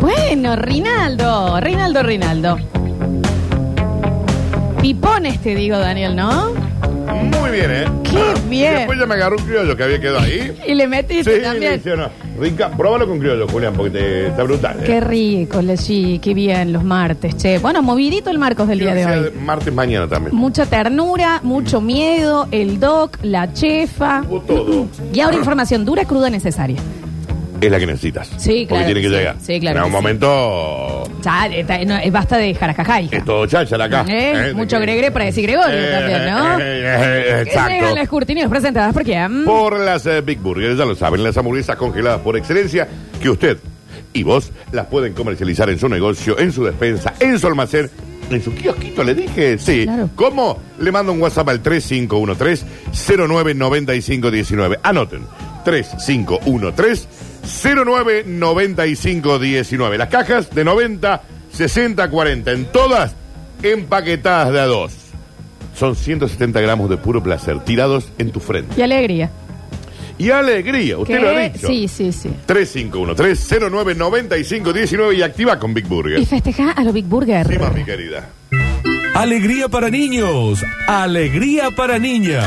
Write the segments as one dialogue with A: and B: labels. A: Bueno, Rinaldo, Rinaldo, Rinaldo. Pipones te digo, Daniel, ¿no?
B: Muy bien, ¿eh?
A: Qué bien.
B: Y después ya me agarró un criollo que había quedado ahí.
A: Y le
B: Sí,
A: metiste
B: le
A: también.
B: hicieron. Rica, pruébalo con criollo, Julián, porque te- está brutal. ¿eh?
A: Qué rico, le- sí, qué bien los martes, che. Bueno, movidito el Marcos del
B: Quiero
A: día de
B: que sea
A: hoy.
B: Martes mañana también.
A: Mucha ternura, mucho miedo, el doc, la chefa.
B: Hubo todo.
A: Y ahora información dura, cruda, necesaria.
B: Es la que necesitas.
A: Sí, claro
B: Porque tiene
A: que
B: que
A: sí.
B: llegar.
A: Sí, claro
B: En algún
A: que sí.
B: momento
A: Ya, eh, ta- no, eh, basta de jarajajai.
B: es todo cháchara acá.
A: Eh, mucho gregre para decir Gregorio también, ¿no?
B: eh,
A: Que Llegan las
B: exacto.
A: curtinidas presentadas porque... mm,
B: Por las eh, Big Burgers, ya lo saben, las hamburguesas congeladas por excelencia que usted y vos las pueden comercializar en su negocio, en su despensa, en su almacén, en su kiosquito, le dije, sí.
A: Claro.
B: ¿Cómo? Le mando un WhatsApp al 3513-099519. Anoten, 3513-099519. Las cajas de 90, 60, 40, en todas empaquetadas de a dos. Son 170 gramos de puro placer, tirados en tu frente
A: Y alegría.
B: y alegría. Usted
A: Que-
B: lo ha dicho.
A: Sí, sí, sí.
B: 3513-099519 y activa con Big Burger.
A: Y festeja a los Big Burger.
B: Sí, más, mi querida.
C: Alegría para niños, alegría para niñas.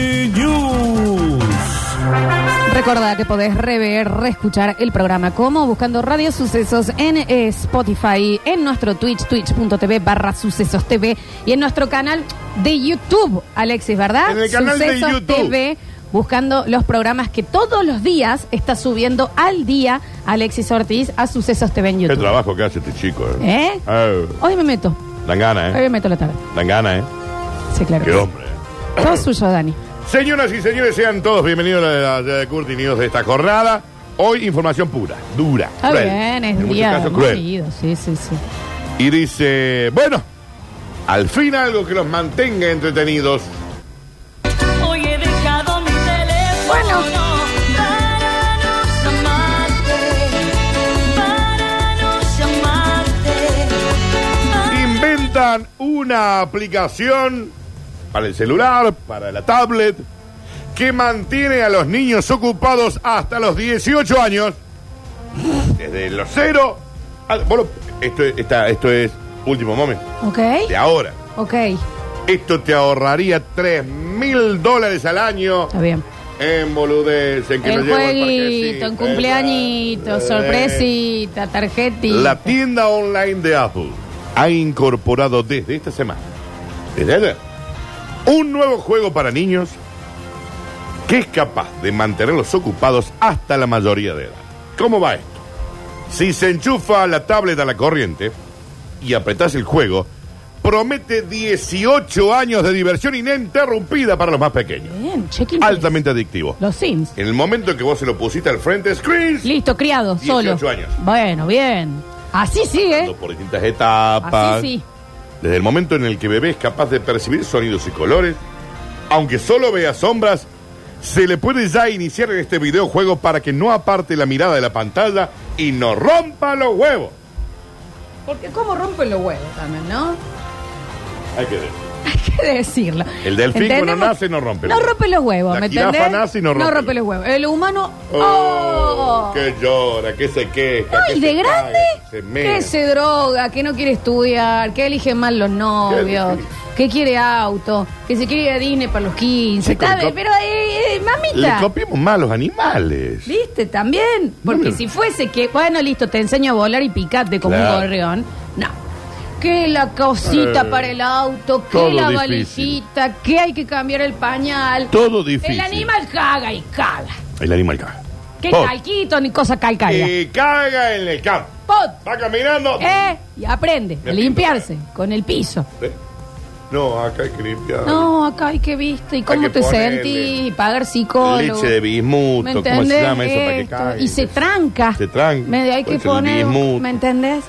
C: News.
A: Recordá que podés rever, reescuchar el programa como buscando Radio Sucesos en eh, Spotify, en nuestro Twitch, twitch.tv barra Sucesos TV y en nuestro canal de YouTube, Alexis, ¿verdad?
B: En el canal de
A: Sucesos
B: YouTube.
A: TV, buscando los programas que todos los días está subiendo al día Alexis Ortiz a Sucesos TV en
B: Qué
A: YouTube.
B: trabajo que hace este chico. ¿eh?
A: ¿Eh?
B: Eh,
A: Hoy me meto,
B: dan ganas,
A: hoy
B: ¿eh?
A: me meto la tarde.
B: Dan ganas, ¿eh?
A: Sí, claro.
B: Qué hombre. eh.
A: Todo suyo, Dani.
B: Señoras y señores, sean todos bienvenidos a la Curti News de esta jornada. Hoy información pura, dura,
A: Está
B: cruel.
A: bien, es
B: en
A: un
B: muchos
A: día
B: casos cruel.
A: movido, sí, sí, sí.
B: Y dice, bueno, al fin algo que los mantenga entretenidos.
D: Hoy he dejado mi teléfono
A: Bueno.
D: para no llamarte, para no llamarte.
B: Inventan una aplicación para el celular, para la tablet, que mantiene a los niños ocupados hasta los 18 años. Desde los cero. a- vos lo- esto, es- esta- esto es último momento,
A: Ok,
B: de ahora.
A: ok,
B: Esto te ahorraría 3 mil dólares al año
A: está bien.
B: en boludez, en que lo
A: En
B: llevo al
A: jueguito,
B: parquecito,
A: en
B: eh,
A: cumpleañitos, sorpresita, tarjetita.
B: La tienda online de Apple ha incorporado desde esta semana, desde ayer, un nuevo juego para niños que es capaz de mantenerlos ocupados hasta la mayoría de edad. ¿Cómo va esto? Si se enchufa la tablet a la corriente y apretás el juego, promete 18 años de diversión ininterrumpida para los más pequeños.
A: Bien, check-in.
B: Altamente adictivo.
A: Los Sims.
B: En el momento que vos se lo pusiste al frente, screens.
A: Listo, criado,
B: 18
A: solo.
B: años.
A: Bueno, bien. Así sigue. ¿eh?
B: por distintas etapas.
A: Así Ah, sí.
B: Desde el momento en el que bebé es capaz de percibir sonidos y colores, aunque solo vea sombras, se le puede ya iniciar en este videojuego para que no aparte la mirada de la pantalla y no rompa los huevos.
A: Porque cómo rompen los huevos también, ¿no?
B: Hay que ver.
A: Hay que decirlo.
B: El delfín cuando
A: ¿Entendemos?
B: nace no rompe los
A: No
B: huevos.
A: rompe los huevos,
B: La
A: ¿me
B: jirafa
A: entendés?
B: nace y no rompe
A: los
B: los
A: huevos. El humano...
B: Oh,
A: ¡Oh!
B: Que llora, que se queja.
A: No,
B: que
A: y de
B: se
A: grande,
B: caga, se mea.
A: que se droga, que no quiere estudiar, que elige mal los novios,
B: difícil.
A: que quiere auto, que se quiere ir a Disney para los 15.
B: Chico,
A: tal
B: le
A: vez,
B: cop-
A: pero, eh, eh,
B: Le
A: mamita,
B: copiamos más a los animales.
A: ¿viste? También. Porque
B: me-
A: si fuese que, bueno, listo, te enseño a volar y picate como
B: Claro.
A: un gorrión. No. Que la cosita
B: Eh,
A: para el auto,
B: todo
A: que la
B: difícil.
A: valijita, que hay que cambiar el pañal.
B: Todo difícil.
A: El animal caga y caga.
B: El animal caga.
A: Que
B: Pot.
A: calquito ni cosa calcaria.
B: Y caga en el campo.
A: Pot.
B: Va caminando.
A: ¿Eh? Y aprende a
B: Me
A: limpiarse con el piso.
B: ¿Eh? No, acá hay que limpiar.
A: No, acá hay que viste, y
B: Hay
A: cómo
B: que
A: te
B: ponerle
A: sentís, y pagar psicólogo.
B: Leche de
A: ¿Me
B: bismuto, ¿cómo se
A: entendés?
B: llama eso? Para que
A: Esto.
B: cague.
A: y se tranca.
B: Se tranca.
A: Me, hay que
B: Pues el
A: poner,
B: bismuto.
A: ¿me entendés?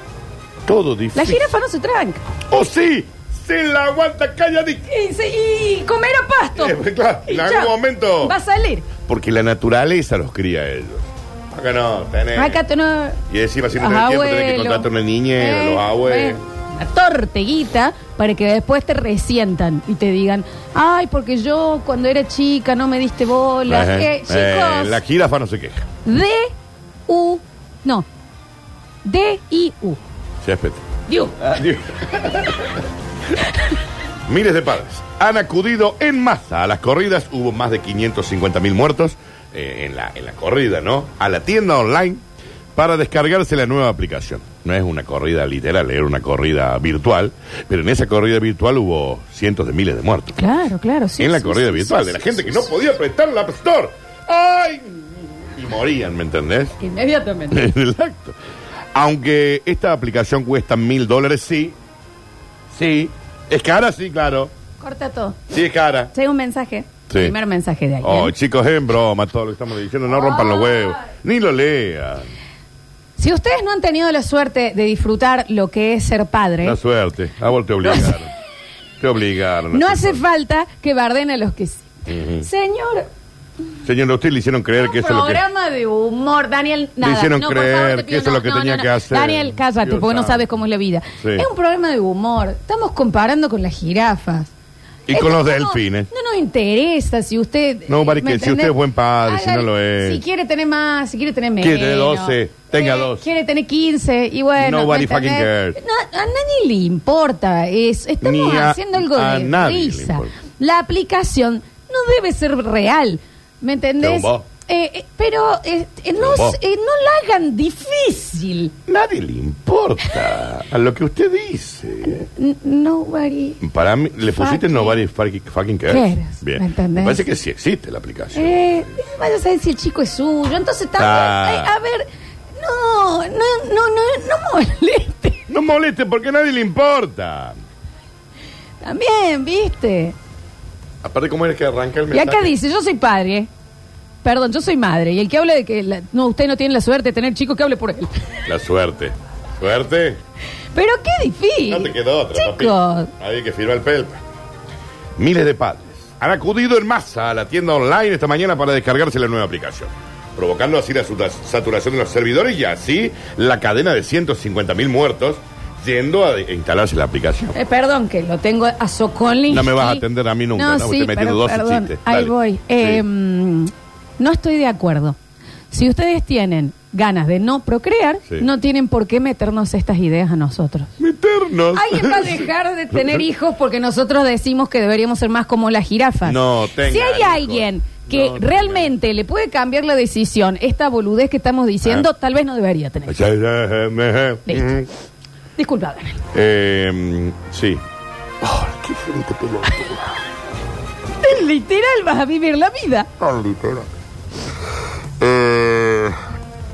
B: Todo difícil.
A: La jirafa no se tranca.
B: ¡Oh, sí! ¡Se la aguanta calladita!
A: Y, se- y comer a pasto.
B: Eh, claro,
A: Y
B: en
A: ya.
B: algún momento.
A: Va a salir.
B: porque la naturaleza los cría a ellos. Acá no, tenés.
A: Acá tú no.
B: Y encima si
A: Los
B: no tenés tiempo tenés que
A: abuelos.
B: contratar una niñera,
A: Eh,
B: los abuelos.
A: bueno, Una torteguita para que después te resientan y te digan, ay, porque yo cuando era chica no me diste bola.
B: Ajá.
A: Eh,
B: Eh,
A: chicos,
B: la jirafa no se queja.
A: D, U, no. D, I, U.
B: Se respeta.
A: Diu.
B: Dios. Miles de padres han acudido en masa a las corridas. Hubo más de 550 mil muertos eh, en, la, en la corrida, ¿no? A la tienda online para descargarse la nueva aplicación. No es una corrida literal, era una corrida virtual, pero en esa corrida virtual hubo cientos de miles de muertos.
A: Claro, claro, sí.
B: en la
A: sí,
B: corrida
A: sí,
B: virtual,
A: sí,
B: de la
A: sí,
B: gente
A: sí,
B: que no
A: sí.
B: podía prestar la App Store. ¡Ay! Y morían, ¿me entendés?
A: Inmediatamente.
B: En el acto. Aunque esta aplicación cuesta mil dólares, sí. Sí. ¿Es cara? Sí, claro.
A: Corta todo.
B: Sí, es cara.
A: Hay un mensaje.
B: Sí.
A: Primer mensaje de ahí.
B: Oh, chicos, es en broma todo lo que estamos diciendo. No rompan los huevos. Ni lo lean.
A: Si ustedes no han tenido la suerte de disfrutar lo que es ser padre,
B: La suerte. A vos te obligaron. Te obligaron.
A: no hace falta que barden a los que sí.
B: Ujú.
A: Señor,
B: Señora, usted le hicieron creer que
A: un
B: eso es lo que...
A: programa de humor, Daniel,
B: Me
A: nada.
B: hicieron
A: por
B: creer
A: favor, te
B: que
A: pido,
B: eso es lo que tenía que hacer.
A: Daniel, cállate,
B: Dios
A: porque no
B: santo.
A: sabes cómo es la vida.
B: Sí.
A: Es un programa de humor. Estamos comparando con las jirafas.
B: Y con los
A: no-
B: delfines.
A: No nos interesa si usted.
B: No,
A: eh,
B: Mariquel,
A: ¿me
B: si
A: entendés?
B: usted es buen padre, si no lo es.
A: Si quiere tener más, si quiere tener menos. Eh,
B: Quiere tener 12, tenga 12.
A: Quiere tener 15, y bueno.
B: Nobody
A: ¿me
B: fucking
A: entendés?
B: cares.
A: No, a nadie le importa. Es, estamos
B: Ni a-
A: haciendo algo
B: a
A: de
B: nadie le
A: risa.
B: importa.
A: La aplicación no debe ser real. ¿Me entendés?
B: Pero vos.
A: Eh, eh, pero eh, eh, no,
B: Pero vos.
A: se- eh, no la hagan difícil.
B: Nadie le importa a lo que usted dice.
A: N- Nobody.
B: Para mí, le pusiste
A: Fucking-
B: nobody fucking, fucking cares.
A: Cares,
B: Bien.
A: ¿me entendés?
B: Me parece que sí existe la aplicación.
A: Eh, vaya a saber si el chico es suyo. Entonces, también.
B: Ah.
A: eh, a ver. No, no, no, no, no moleste.
B: No moleste porque a nadie le importa.
A: También, ¿viste?
B: Aparte, ¿cómo eres que arranca el
A: Y
B: mensaje?
A: acá dice: Yo soy padre. Perdón, yo soy madre. Y el que habla de que. la- no, usted no tiene la suerte de tener chico que hable por él.
B: La suerte. ¿Suerte?
A: Pero qué difícil.
B: No te quedó otra, papi.
A: Chicos.
B: Nadie que firma el pelpa. Miles de padres han acudido en masa a la tienda online esta mañana para descargarse la nueva aplicación, provocando así la suta- saturación de los servidores y así la cadena de 150.000 muertos yendo a de- instalarse la aplicación.
A: Eh, perdón, que lo tengo a Socolin.
B: No me vas a atender a mí nunca, ¿no? Usted metiendo 12 chistes.
A: Ahí
B: Dale.
A: voy.
B: Sí.
A: Eh, mm, No estoy de acuerdo. Si ustedes tienen ganas de no procrear,
B: Sí.
A: no tienen por qué meternos estas ideas a nosotros.
B: Meternos.
A: Alguien va a dejar de tener hijos porque nosotros decimos que deberíamos ser más como las jirafas.
B: No tenga
A: Si hay
B: hijos.
A: alguien que
B: No tenga.
A: realmente le puede cambiar la decisión, esta boludez que estamos diciendo,
B: Ah. Mm.
A: tal vez no debería tener.
B: Listo.
A: Disculpa, Daniel.
B: Eh, Mm, sí. Oh, qué gente
A: Literal vas a vivir la vida.
B: tan literal. Eh,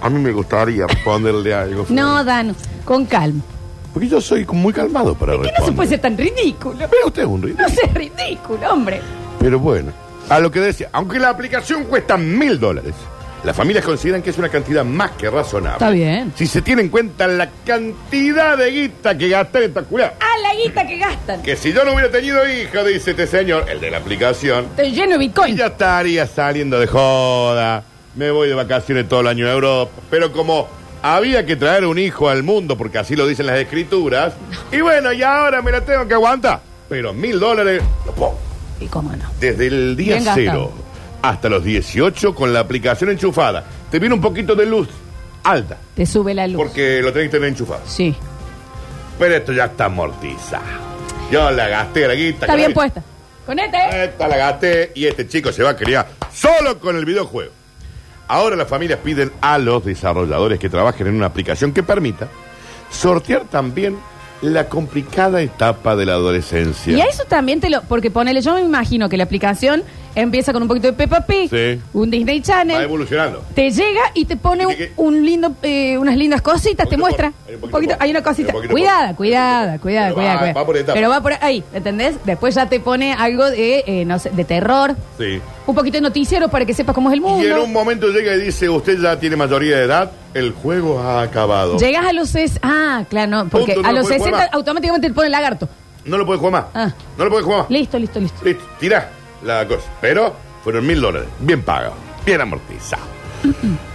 B: a mí me gustaría responderle algo.
A: No, Dan, con calma.
B: Porque yo soy muy calmado para
A: Que
B: responder.
A: no se puede ser tan ridículo.
B: Pero usted es un ridículo.
A: No seas ridículo, hombre.
B: Pero bueno, a lo que decía, aunque la aplicación cuesta mil dólares, las familias consideran que es una cantidad más que razonable.
A: Está bien.
B: Si se tiene en cuenta la cantidad de guita que gasté esta culá.
A: A la guita que gastan.
B: Que si yo no hubiera tenido hijo, dice este señor, el de la aplicación,
A: Estoy lleno de
B: Y
A: Bitcoin.
B: Ya estaría saliendo de joda. Me voy de vacaciones todo el año a Europa. Pero como había que traer un hijo al mundo, porque así lo dicen las escrituras, y bueno, y ahora me la tengo que aguantar. Pero mil dólares, lo pongo.
A: Y cómo no.
B: desde el día
A: Bien gastado.
B: cero hasta los 18 con la aplicación enchufada. Te viene un poquito de luz alta,
A: Te sube la luz.
B: porque lo tenés que tener enchufado.
A: Sí.
B: Pero esto ya está amortizado. Yo la gasté, la guita.
A: Está
B: que
A: bien
B: la-
A: puesta. Con este, ¿eh?
B: Esta la gasté y este chico se va a criar solo con el videojuego. Ahora las familias piden a los desarrolladores que trabajen en una aplicación que permita sortear también la complicada etapa de la adolescencia.
A: Y a eso también te lo. Porque ponele, yo me imagino que la aplicación empieza con un poquito de Peppa Pig,
B: Sí.
A: un Disney
B: Va
A: Channel.
B: evolucionando.
A: Te llega y te pone un,
B: Tiene que-
A: un lindo, eh, unas lindas cositas, te
B: Un poquito
A: muestra.
B: por-
A: Hay un poquito, hay una
B: por-
A: cosita.
B: hay un poquito
A: Cuidada,
B: por-
A: cuidada,
B: Pero
A: cuidada,
B: va-
A: cuidada.
B: va
A: cuidada.
B: por etapas.
A: Pero va por ahí, ¿entendés? Después ya te pone algo de, eh, no sé, de terror.
B: Sí.
A: Un poquito de noticiero para que sepas cómo es el mundo.
B: Y en un momento llega y dice, usted ya tiene mayoría de edad, el juego ha acabado.
A: Llegas a los ses- Ah, claro, no, porque
B: Punto, no
A: a
B: lo
A: los
B: puede
A: 60
B: jugar más.
A: automáticamente te pone lagarto.
B: No lo puede jugar más.
A: Ah.
B: No lo puede jugar más.
A: Listo, listo, listo.
B: Listo, tirá la cosa. Pero fueron mil dólares, bien pagado. Bien amortizado.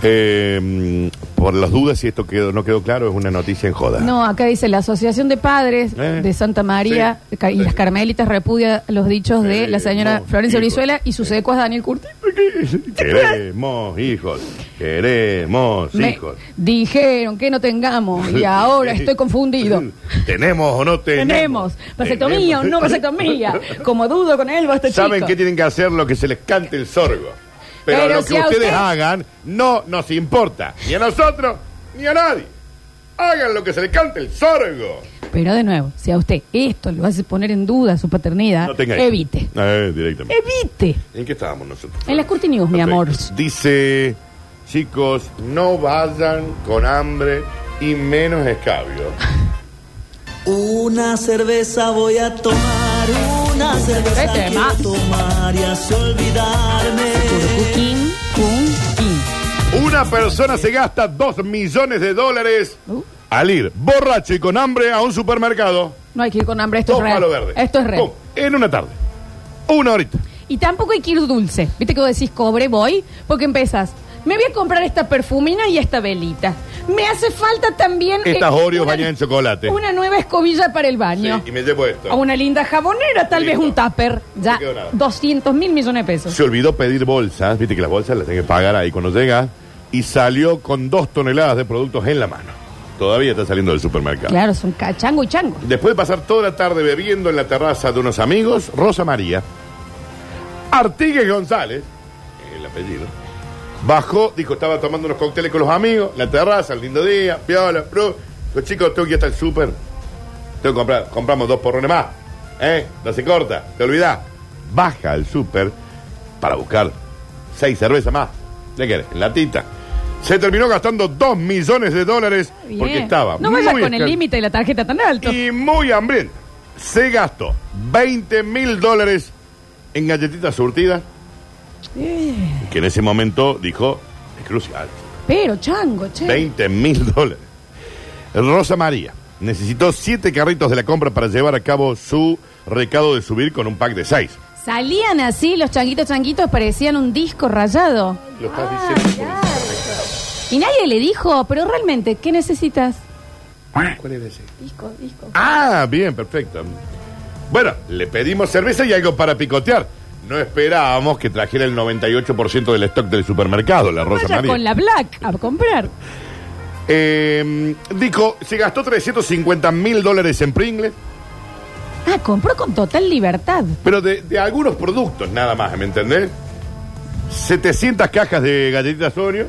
B: Eh, por las dudas, si esto quedó, no quedó claro, es una noticia en joda.
A: No, acá dice la Asociación de Padres
B: Eh.
A: de Santa María
B: Sí.
A: ca- y
B: Sí.
A: las Carmelitas repudia los dichos de
B: Eh,
A: la señora
B: no, pues, eh.
A: Florencia
B: hijo.
A: Brizuela y sus secuas Daniel Curti.
B: Queremos hijos, queremos
A: Me
B: hijos.
A: dijeron que no tengamos y ahora estoy confundido.
B: ¿Tenemos o no tenemos?
A: Tenemos vasectomía o no vasectomía. Como dudo con él, basta chico.
B: Saben que tienen que hacer lo que se les cante el sorgo. Pero,
A: Pero
B: lo
A: si
B: que
A: a
B: ustedes
A: usted-
B: hagan no nos importa. Ni a nosotros, ni a nadie. Hagan lo que se les cante el sorgo.
A: Pero de nuevo, si a usted esto lo hace poner en duda su paternidad,
B: No tenga hijos.
A: evite.
B: Eh, directamente.
A: Evite.
B: ¿En qué estábamos nosotros?
A: En las Curti News, mi
B: Perfecto.
A: amor.
B: Dice, chicos, no vayan con hambre y menos escabio.
E: Una cerveza voy a tomar, una cerveza
A: Este
E: quiero
A: más.
E: tomar y así olvidarme.
A: Turcuquín, cum, quín.
B: Una persona se gasta dos millones de dólares
A: Uh.
B: al ir borracho y con hambre a un supermercado.
A: No hay que ir con hambre, esto
B: Dos
A: es real.
B: palos verdes.
A: Esto es real.
B: Pum, En una tarde. Una horita.
A: Y tampoco hay que ir dulce. Viste que vos decís cobre, voy, porque empezás. Me voy a comprar esta perfumina y esta velita. Me hace falta también. eh,
B: Estas Oreos
A: una-
B: bañadas en chocolate.
A: Una nueva escobilla para el baño.
B: Sí, y me llevo esto.
A: O una linda jabonera, tal
B: Listo.
A: vez un tupper. Ya,
B: No quedó nada.
A: 200 mil millones de pesos.
B: Se olvidó pedir bolsas, viste que las bolsas las tienen que pagar ahí cuando llega, y salió con dos toneladas de productos en la mano. Todavía está saliendo del supermercado.
A: Claro, son ca- chango y chango.
B: Después de pasar toda la tarde bebiendo en la terraza de unos amigos, Rosa María Artigues González, el apellido, bajó, dijo, estaba tomando unos cócteles con los amigos, en la terraza, el lindo día, piola, bro. Los chicos, tengo que ir hasta el súper. Tengo que comprar, compramos dos porrones más. ¿Eh? No se corta, te olvidás. Baja al súper para buscar seis cervezas más. ¿Qué querés? En latita. Se terminó gastando dos millones de dólares porque
A: Bien.
B: estaba.
A: No vayas
B: muy
A: con el
B: escal-
A: límite de la tarjeta tan alto.
B: y muy hambriento. Se gastó 20 mil dólares en galletitas surtidas.
A: Eh.
B: Que en ese momento dijo, es crucial,
A: Pero chango, che.
B: 20 mil dólares. Rosa María necesitó siete carritos de la compra para llevar a cabo su recado de subir con un pack de seis.
A: Salían así los changuitos changuitos, parecían un disco rayado.
B: Lo estás
A: Ah,
B: diciendo con-
A: Y nadie le dijo, pero realmente, ¿qué necesitas?
B: ¿Cuál era ese?
A: Disco, disco.
B: Ah, bien, perfecto. Bueno, le pedimos cerveza y algo para picotear. No esperábamos que trajera el 98% del stock del supermercado, la Rosa
A: Vaya
B: María.
A: con la Black a comprar.
B: Eh, dijo, se gastó 350 mil dólares en Pringles,
A: Ah, compró con total libertad.
B: pero de, de algunos productos nada más, ¿me entendés? 700 cajas de galletitas Oreo.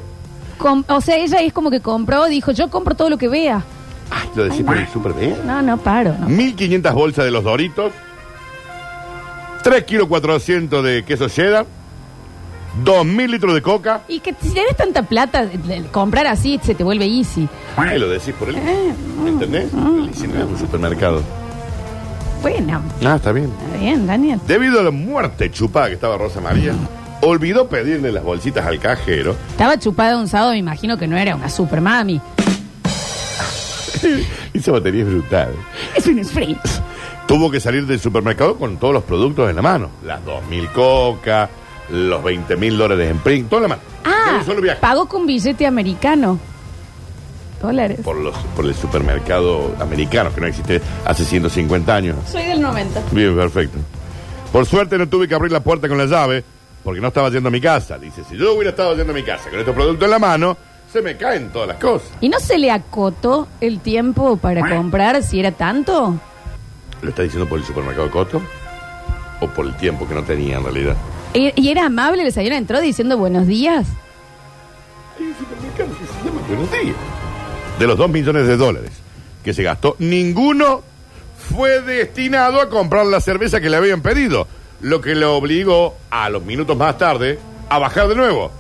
A: Com- o sea, ella es como que compró, dijo, yo compro todo lo que vea.
B: Ah, lo decís por el super bien.
A: No, no, paro. no.
B: 1500 bolsas de los Doritos. 3 kilos 400 de queso cheddar. 2000 litros de coca.
A: Y que si tenés tanta plata, de- de- comprar así se te vuelve easy.
B: Ay, lo decís por el... ¿Me entendés? El ICI no es un supermercado.
A: Bueno,
B: Ah, está bien.
A: está bien, Daniel.
B: Debido a la muerte chupada que estaba Rosa María, olvidó pedirle las bolsitas al cajero.
A: Estaba chupada un sábado, me imagino que no era una super mami.
B: Esa batería es brutal.
A: Es un free.
B: Tuvo que salir del supermercado con todos los productos en la mano. Las 2.000 coca, los 20.000 dólares en print, todo en la mano. En
A: Ah,
B: un solo viaje.
A: pagó con billete americano. Dólares.
B: Por, los, por el supermercado americano que no existe hace 150 años.
A: Soy del 90.
B: Bien, perfecto. Por suerte no tuve que abrir la puerta con la llave porque no estaba yendo a mi casa. Dice, si yo hubiera estado yendo a mi casa con estos productos en la mano, se me caen todas las cosas.
A: ¿Y no se le acotó el tiempo para comprar si era tanto?
B: ¿Lo está diciendo por el supermercado Coto? ¿O por el tiempo que no tenía en realidad?
A: E- Y era amable, la señora entró diciendo buenos días.
B: Hay un supermercado que se llama Buenos Días. De los 2 millones de dólares que se gastó, ninguno fue destinado a comprar la cerveza que le habían pedido, lo que le obligó a los minutos más tarde a bajar de nuevo.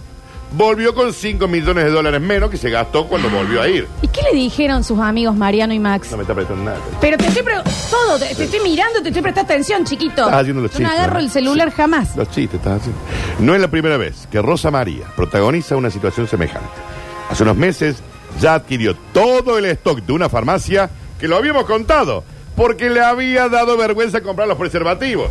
B: Volvió con 5 millones de dólares menos que se gastó cuando volvió a ir.
A: ¿Y qué le dijeron sus amigos Mariano y Max?
B: No me está prestando nada.
A: Pero te estoy pre- todo, te, te estoy mirando, te estoy prestando atención, chiquito.
B: Estás haciendo los
A: Yo
B: chistes,
A: no agarro
B: ¿no?
A: el celular
B: Sí.
A: jamás.
B: Los chistes estás haciendo. No es la primera vez que Rosa María protagoniza una situación semejante. Hace unos meses ya adquirió todo el stock de una farmacia que lo habíamos contado, porque le había dado vergüenza comprar los preservativos.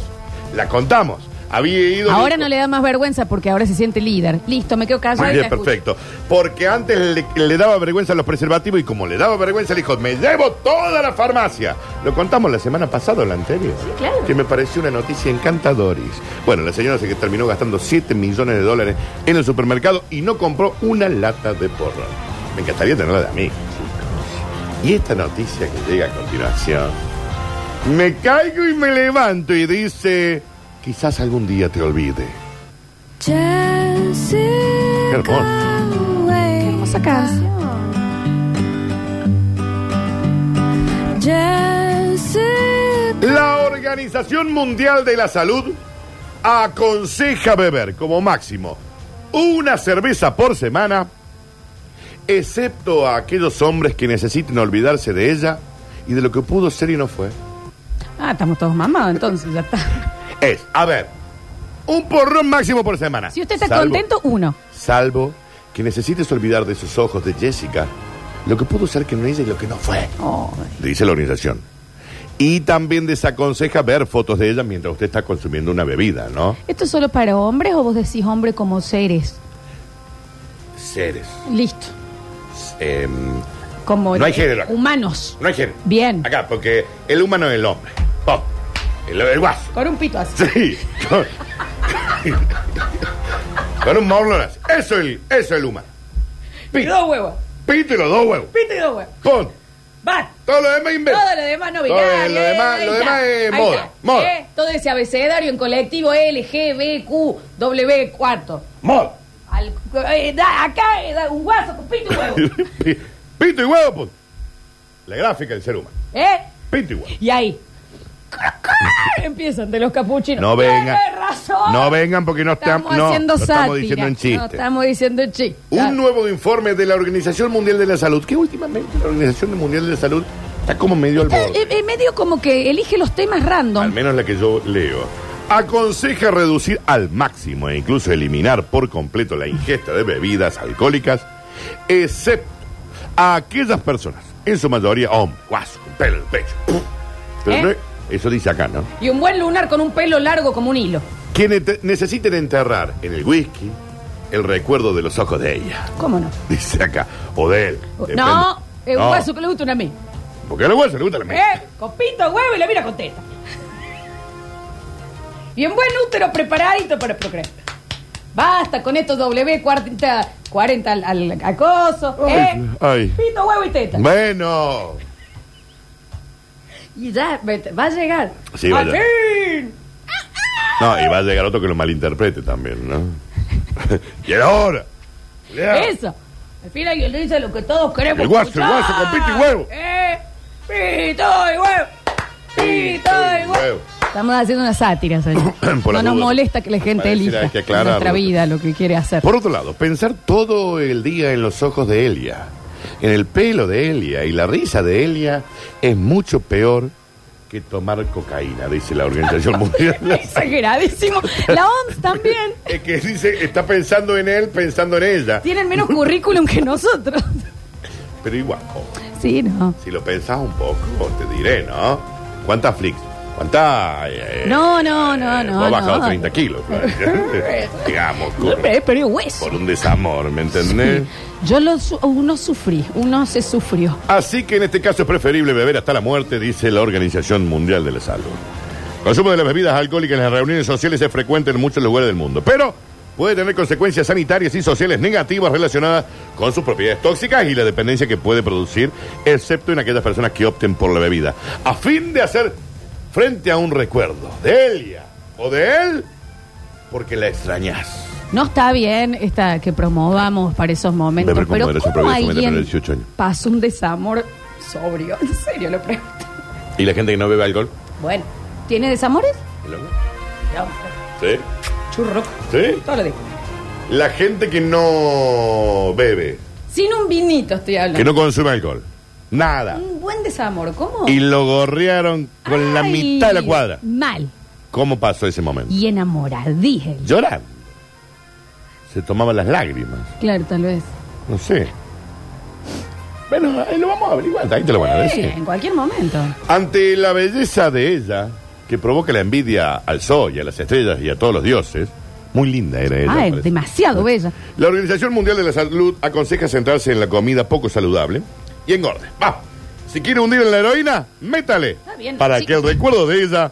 B: La contamos. Había ido.
A: Ahora no le da más vergüenza porque ahora se siente líder. Listo, me quedo callado.
B: Muy bien, perfecto. Porque antes le, le daba vergüenza a los preservativos y como le daba vergüenza, le dijo, me llevo toda la farmacia. Lo contamos la semana pasada o la anterior. Sí,
A: claro.
B: Que me pareció una noticia encantadoris. Bueno, la señora se que terminó gastando 7 millones de dólares en el supermercado y no compró una lata de porro. Me encantaría tenerla de a mí. chicos. Y esta noticia que llega a continuación. Me caigo y me levanto y dice, quizás algún día te olvide. Qué hermoso.
A: Vamos acá.
B: La Organización Mundial de la Salud aconseja beber como máximo una cerveza por semana, excepto a aquellos hombres que necesiten olvidarse de ella y de lo que pudo ser y no fue.
A: Ah, estamos todos mamados entonces, ya está.
B: Es, a ver, un porrón máximo por semana.
A: Si usted está
B: Salvo-
A: contento, uno.
B: Salvo que necesites olvidar de sus ojos de Jessica lo que pudo ser que no hice y lo que no fue. dice la organización. Y también desaconseja ver fotos de ella mientras usted está consumiendo una bebida, ¿no?
A: ¿Esto es solo para hombres o vos decís hombre como seres?
B: Seres.
A: Listo.
B: Em,
A: Como
B: No hay
A: eh,
B: género.
A: humanos.
B: no hay género.
A: Bien.
B: Acá, porque el humano es el hombre. Pop. El, el guaso.
A: Con un pito así.
B: Sí. Con, con un morlo nace. Eso es el, eso es el humano.
A: Y
B: Pito,
A: dos huevos.
B: pito y los dos huevos.
A: Pito y dos huevos.
B: Pon.
A: Va.
B: Todo lo demás invento.
A: Todo lo demás no
B: Todo
A: binario.
B: Lo
A: eh,
B: demás, lo
A: ahí
B: demás
A: está,
B: es
A: ahí
B: moda.
A: está,
B: Moda.
A: eh, todo ese abecedario en colectivo L, G, B, Q, W, cuarto.
B: Moda.
A: Al- eh, da- acá eh, da un guaso con pito y huevo.
B: Pi- Pito y huevo, pues. La gráfica del ser humano.
A: ¿Eh?
B: Pito y huevo.
A: Y ahí. Empiezan de los capuchinos.
B: No vengan.
A: Tienes razón.
B: No vengan porque no
A: estamos
B: estam- no,
A: haciendo
B: lo estamos
A: sátira.
B: diciendo en chiste.
A: No estamos diciendo en chiste.
B: Un nuevo informe de la Organización Mundial de la Salud, que últimamente la Organización Mundial de la Salud está como medio al
A: Está,
B: borde,
A: eh, eh, medio como que elige los temas
B: al
A: random.
B: menos la que yo leo. Aconseja reducir al máximo e incluso eliminar por completo la ingesta de bebidas alcohólicas, excepto a aquellas personas, en su mayoría hombres, guasos, con pelo en el pecho. Pero
A: ¿Eh?
B: no es- eso dice acá, ¿no?
A: Y un buen lunar con un pelo largo como un hilo.
B: Que nete- necesiten enterrar en el whisky el recuerdo de los ojos de ella.
A: ¿Cómo no?
B: Dice acá. O de él.
A: No,
B: depende.
A: es un
B: No,
A: guaso que le gusta una a mí.
B: Porque a los guasos le gusta la mía.
A: ¿Eh? Con pito, huevo y la mira contenta. Y un buen útero preparadito para procrear. Basta con estos W 40, 40 al, al acoso. ¿eh?
B: Ay, ay.
A: Pito, huevo y teta.
B: Bueno.
A: Y ya me- va a llegar.
B: Sí, va a
A: ¡Al
B: llegar.
A: fin!
B: No, y va a llegar otro que lo malinterprete también, ¿no? y ahora. Julián,
A: Eso. Al fin alguien dice lo que todos queremos.
B: El guaso, el
A: escuchar.
B: guaso con pito y huevo.
A: ¿Eh? Pito y huevo. Pito y huevo. Estamos haciendo una sátira, señor. no
B: Por las
A: nos
B: dudas.
A: molesta que la gente
B: Pareciera
A: elija
B: que aclararlo.
A: nuestra vida, lo que quiere hacer.
B: Por otro lado, pensar todo el día en los ojos de Elia, en el pelo de Elia y la risa de Elia es mucho peor que tomar cocaína, dice la Organización Mundial. de la Salud.
A: Exageradísimo. La OMS también.
B: Es que dice, está pensando en él, pensando en ella.
A: Tienen menos currículum que nosotros.
B: Pero igual, oh,
A: Sí, no.
B: si lo pensás un poco, te diré, ¿no? ¿Cuántas flicks? ¿Cuántas...? eh,
A: No, no, no, no,
B: Ha bajado
A: no.
B: 30 kilos. Florencia. Digamos, con-
A: Eh, Pero es hueso.
B: por un desamor, ¿me entendés?
A: Yo lo su- uno sufrí, uno se sufrió.
B: Así que en este caso es preferible beber hasta la muerte, dice la Organización Mundial de la Salud. El consumo de las bebidas alcohólicas en las reuniones sociales es frecuente en muchos lugares del mundo, pero puede tener consecuencias sanitarias y sociales negativas relacionadas con sus propiedades tóxicas y la dependencia que puede producir, excepto en aquellas personas que opten por la bebida, a fin de hacer frente a un recuerdo de ella o de él, porque la extrañas.
A: No está bien esta que promovamos para esos momentos,
B: Beber con
A: pero
B: moderación,
A: ¿cómo
B: pero eso me da
A: alguien
B: menos de 18 años.
A: pasó un desamor sobrio? En serio, lo pregunto.
B: ¿Y la gente que no bebe alcohol?
A: Bueno, ¿tiene desamores? No,
B: ¿Sí?
A: churro.
B: ¿Sí?
A: Todo lo digo.
B: La gente que no bebe,
A: Sin un vinito estoy hablando.
B: que no consume alcohol, nada.
A: Un buen desamor, ¿cómo?
B: Y lo gorrearon con la
A: Ay,
B: mitad de la cuadra.
A: Mal.
B: ¿Cómo pasó ese momento?
A: Y enamoradije.
B: Llorando. Se tomaban las lágrimas.
A: Claro, tal vez.
B: No sé. Bueno, ahí lo vamos a averiguar. Ahí te lo van a
A: Sí,
B: decir.
A: en cualquier momento.
B: Ante la belleza de ella, que provoca la envidia al sol y a las estrellas y a todos los dioses. Muy linda era ella.
A: Ah,
B: parece.
A: es demasiado bella.
B: La Organización Mundial de la Salud aconseja centrarse en la comida poco saludable y engorde. Va. Si quiere hundir en la heroína, métale.
A: bien,
B: para
A: sí.
B: que el recuerdo de ella,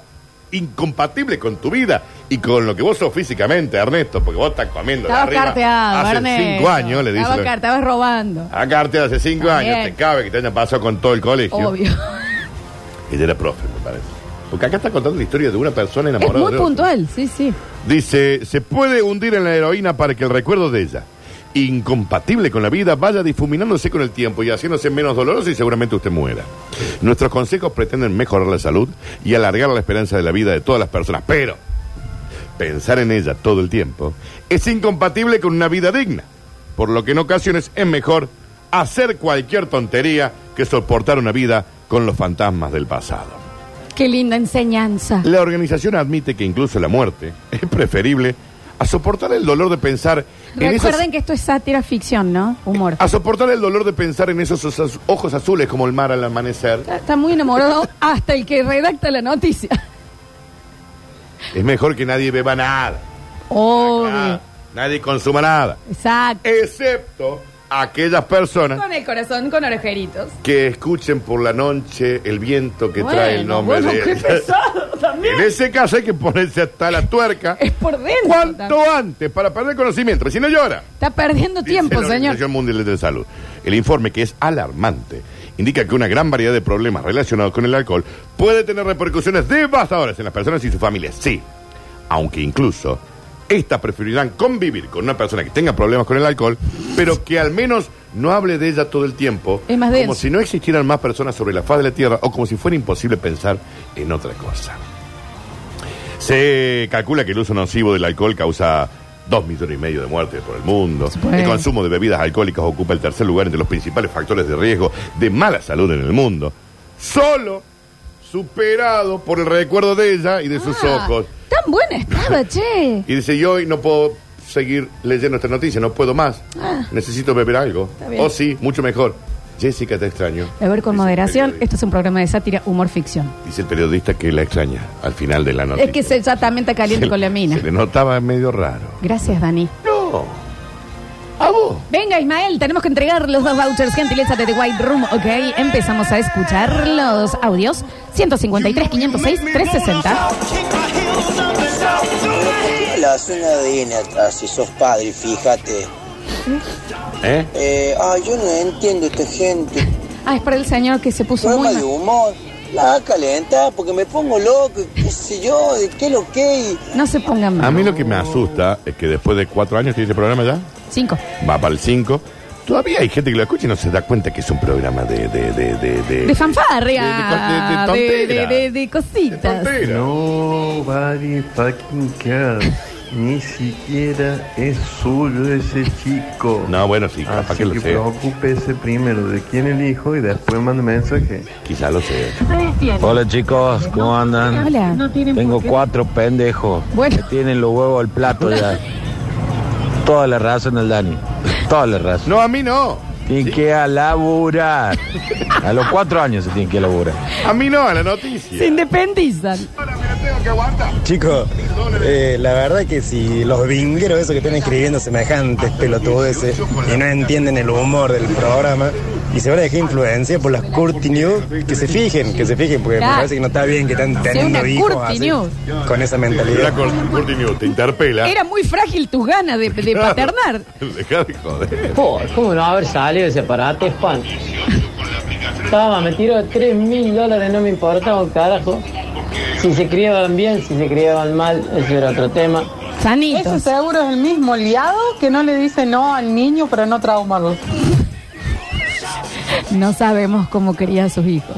B: incompatible con tu vida y con lo que vos sos físicamente, Ernesto, porque vos estás comiendo de
A: Estabas
B: arriba
A: carteado,
B: hace
A: Ernesto.
B: cinco años, le
A: Estabas
B: dice. la-
A: carteado, estabas robando.
B: Estabas carteado hace cinco
A: Está
B: años,
A: bien.
B: te cabe que te haya pasado con todo el colegio.
A: Obvio.
B: Ella era profe, me parece. Porque acá está contando la historia de una persona
A: Es
B: enamorada
A: muy
B: de otra.
A: puntual, sí, sí.
B: Dice, se puede hundir en la heroína para que el recuerdo de ella, incompatible con la vida, vaya difuminándose con el tiempo y haciéndose menos doloroso y seguramente usted muera. Nuestros consejos pretenden mejorar la salud y alargar la esperanza de la vida de todas las personas, pero pensar en ella todo el tiempo es incompatible con una vida digna, por lo que en ocasiones es mejor hacer cualquier tontería que soportar una vida con los fantasmas del pasado.
A: Qué linda enseñanza.
B: La organización admite que incluso la muerte es preferible a soportar el dolor de pensar en Ah. esos,
A: Recuerden que esto es sátira ficción, ¿no? Humor.
B: a soportar el dolor de pensar en esos os- ojos azules como el mar al amanecer.
A: Está, está muy enamorado hasta el que redacta la noticia.
B: Es mejor que nadie beba nada,
A: Obvio.
B: nada, nadie consuma nada,
A: Exacto.
B: excepto aquellas personas
A: Con el corazón, con orejeritos.
B: que escuchen por la noche el viento que trae el
A: Bueno,
B: nombre
A: bueno,
B: de
A: qué pesado también.
B: En este ese caso hay que ponerse hasta la tuerca
A: Es por dentro. también.
B: cuanto antes para perder conocimiento, si no llora.
A: Está perdiendo
B: Dice
A: tiempo,
B: la
A: señor.
B: Organización Mundial de la Salud. El informe, que es alarmante, indica que una gran variedad de problemas relacionados con el alcohol puede tener repercusiones devastadoras en las personas y sus familias. Sí, aunque incluso estas preferirán convivir con una persona que tenga problemas con el alcohol, pero que al menos no hable de ella todo el tiempo,
A: Es más
B: como
A: denso.
B: si no existieran más personas sobre la faz de la Tierra o como si fuera imposible pensar en otra cosa. Se calcula que el uso nocivo del alcohol causa dos millones y medio de muertes por el mundo.
A: Supuesto.
B: El consumo de bebidas alcohólicas ocupa el tercer lugar entre los principales factores de riesgo de mala salud en el mundo. Solo superado por el recuerdo de ella y de sus
A: Ah,
B: ojos.
A: Tan buena estaba, che.
B: Y dice, yo hoy no puedo seguir leyendo esta noticia, no puedo más. Necesito beber algo.
A: Ah. Está bien.
B: O sí, mucho mejor. Jessica, te extraño.
A: Beber con
B: Dice el
A: moderación.
B: periodista.
A: Esto es un programa de sátira, humor, ficción.
B: Dice el periodista que la extraña al final de la noche.
A: Es que se, ya también está caliente con la mina.
B: Se le notaba medio raro.
A: Gracias, Dani.
B: No. A vos.
A: Venga, Ismael, tenemos que entregar los dos vouchers gentileza de The White Room, ¿ok? Empezamos a escuchar los audios. 153, 506, 360.
F: La cena de Inatra, si sos padre, fíjate.
B: ¿Eh?
F: Eh, ay, yo no entiendo esta gente.
A: Ah, es para el señor que se puso muy
F: Programa de
A: mal.
F: humor. La calenta porque me pongo loco, qué sé yo, de qué lo que.
A: No se pongan
B: A
A: mal.
B: mí lo que me asusta es que después de cuatro años que dice programa ya,
A: Cinco.
B: va para el cinco, todavía hay gente que lo escucha y no se da cuenta que es un programa de... De, de, de, de-
A: De
B: Eh, de-
A: fanfarria.
B: de- de
A: De, de,
B: tontera.
A: de- de cositas.
B: Tontera.
G: Nobody fucking cares. Ni siquiera es suyo ese chico.
B: No, bueno, sí, capaz
G: Así
B: que lo sea.
G: preocúpese primero de quién elijo y después mande mensaje.
B: Quizá lo sé.
H: Hola chicos, ¿cómo andan?
A: Hola.
H: Tengo cuatro pendejos.
A: Bueno.
H: que Tienen los huevos al plato ya. Toda la razón el Dani. Toda la razón.
B: No, a mí no.
H: Tienen que a laburar. A los cuatro años se tienen que laburar.
B: A mí no, a la noticia.
A: Se independizan.
I: Chicos, eh, la verdad que si los vingueros esos que están escribiendo semejantes pelotudeces y no entienden el humor del programa y se van a dejar influencia por las curti news, que se fijen, que se fijen, porque
A: Claro.
I: me parece que no está bien que están
A: una
I: teniendo hijos
A: curti
I: así,
A: news.
I: con esa
B: Mira,
I: mentalidad.
B: Cor- Curti News, te interpela.
A: Era muy frágil tus ganas de, de
B: Claro.
A: paternar.
B: Dejá de joder.
J: ¿Cómo no haber salido ese aparato, Juan? Toma, me tiro 3 mil dólares, no me importa un carajo. Si se criaban bien, si se criaban mal, ese era otro tema.
K: Ese
A: Sanitos.
K: seguro es el mismo liado que no le dice no al niño para no traumarlo.
A: No sabemos cómo quería a sus hijos.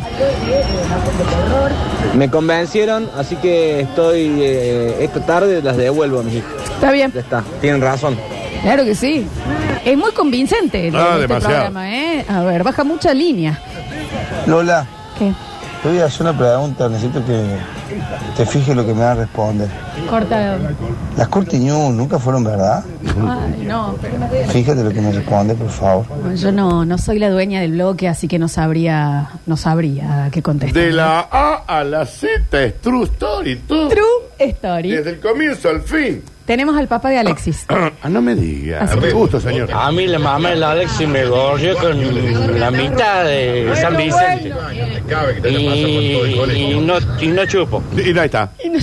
H: Me convencieron, así que estoy eh, esta tarde las devuelvo a mis hijos.
A: Está bien.
H: Ya está, tienen razón.
A: Claro que sí. Es muy convincente el-
B: Ah,
A: este
B: demasiado.
A: programa, ¿eh? A ver, baja mucha línea.
I: Lola,
A: ¿Qué?
I: te voy a hacer una pregunta, necesito que
L: Te fije lo que me va a responder.
A: Cortado.
L: Las Curti News nunca fueron verdad.
A: Ay, no, pero.
L: Fíjate lo que me responde, por favor.
A: Bueno, Yo no, no soy la dueña del bloque, así que no sabría, no sabría qué contestar.
B: De la A a la Z es True Story, tú.
A: True story.
B: Desde el comienzo al fin.
A: Tenemos al papá de Alexis.
B: Ah, no me diga.
A: Así Ah.
B: Me
A: que-
B: gusto, señor.
H: A mí la mamá del Alex y me gorrió con la mitad de San Vicente. Y, y no, y no chupo.
B: Y ahí está.
A: Y, no-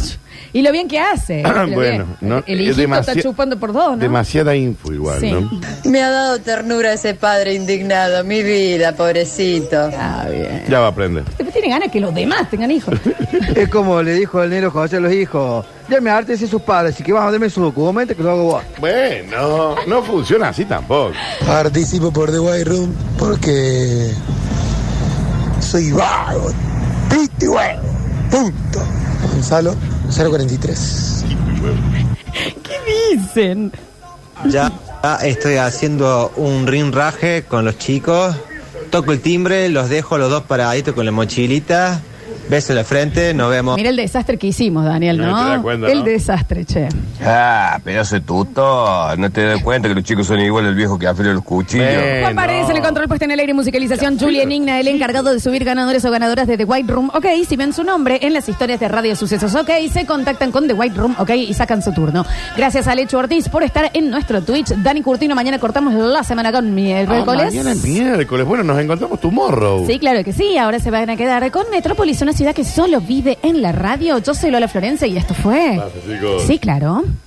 A: y lo bien que hace. lo Eh, bien.
B: bueno, no,
A: El
B: es
A: hijito
B: demasi-
A: está chupando por dos, ¿no?
B: Demasiada info igual,
A: Sí.
B: ¿no?
M: Me ha dado ternura ese padre indignado, mi vida, pobrecito.
A: Está bien.
B: Ya va a aprender.
A: Pero tiene ganas que los demás tengan hijos.
G: Es como le dijo el negro José a los hijos. Ya me hartes y sus padres, así que vamos, deme su documento que lo hago vos.
B: Bueno, no funciona así tampoco.
F: Participo por The White Room porque soy vago, pito y huevo, punto. Gonzalo, 043.
A: ¿Qué dicen?
I: Ya ya estoy haciendo un rinraje con los chicos. Toco el timbre, los dejo los dos paraditos con la mochilita. Beso en la frente, nos vemos.
A: Mira el desastre que hicimos, Daniel,
I: No te
A: ¿no?
I: das cuenta,
A: el
I: ¿no?
A: desastre, che.
C: Ah, pedazo de tuto. No te das cuenta que los chicos son igual el viejo que afiló los cuchillos.
A: Juan Paredes
B: Ah,
A: en el control puesto en el aire y musicalización. Julián Igna, el encargado de subir ganadores o ganadoras de The White Room. Ok, si ven su nombre en las historias de Radio Sucesos. Ok, se contactan con The White Room. Ok, y sacan su turno. Gracias a Lecho Ortiz por estar en nuestro Twitch. Dani Curtino, mañana cortamos la semana con
B: Ah,
A: miércoles.
B: mañana es miércoles. Bueno, nos encontramos tomorrow.
A: Sí, claro que sí. Ahora se van a quedar con Metrópolis, una ciudad que solo vive en la radio. Yo soy Lola Florencia y esto fue.
B: Gracias, chicos.
A: Sí, claro.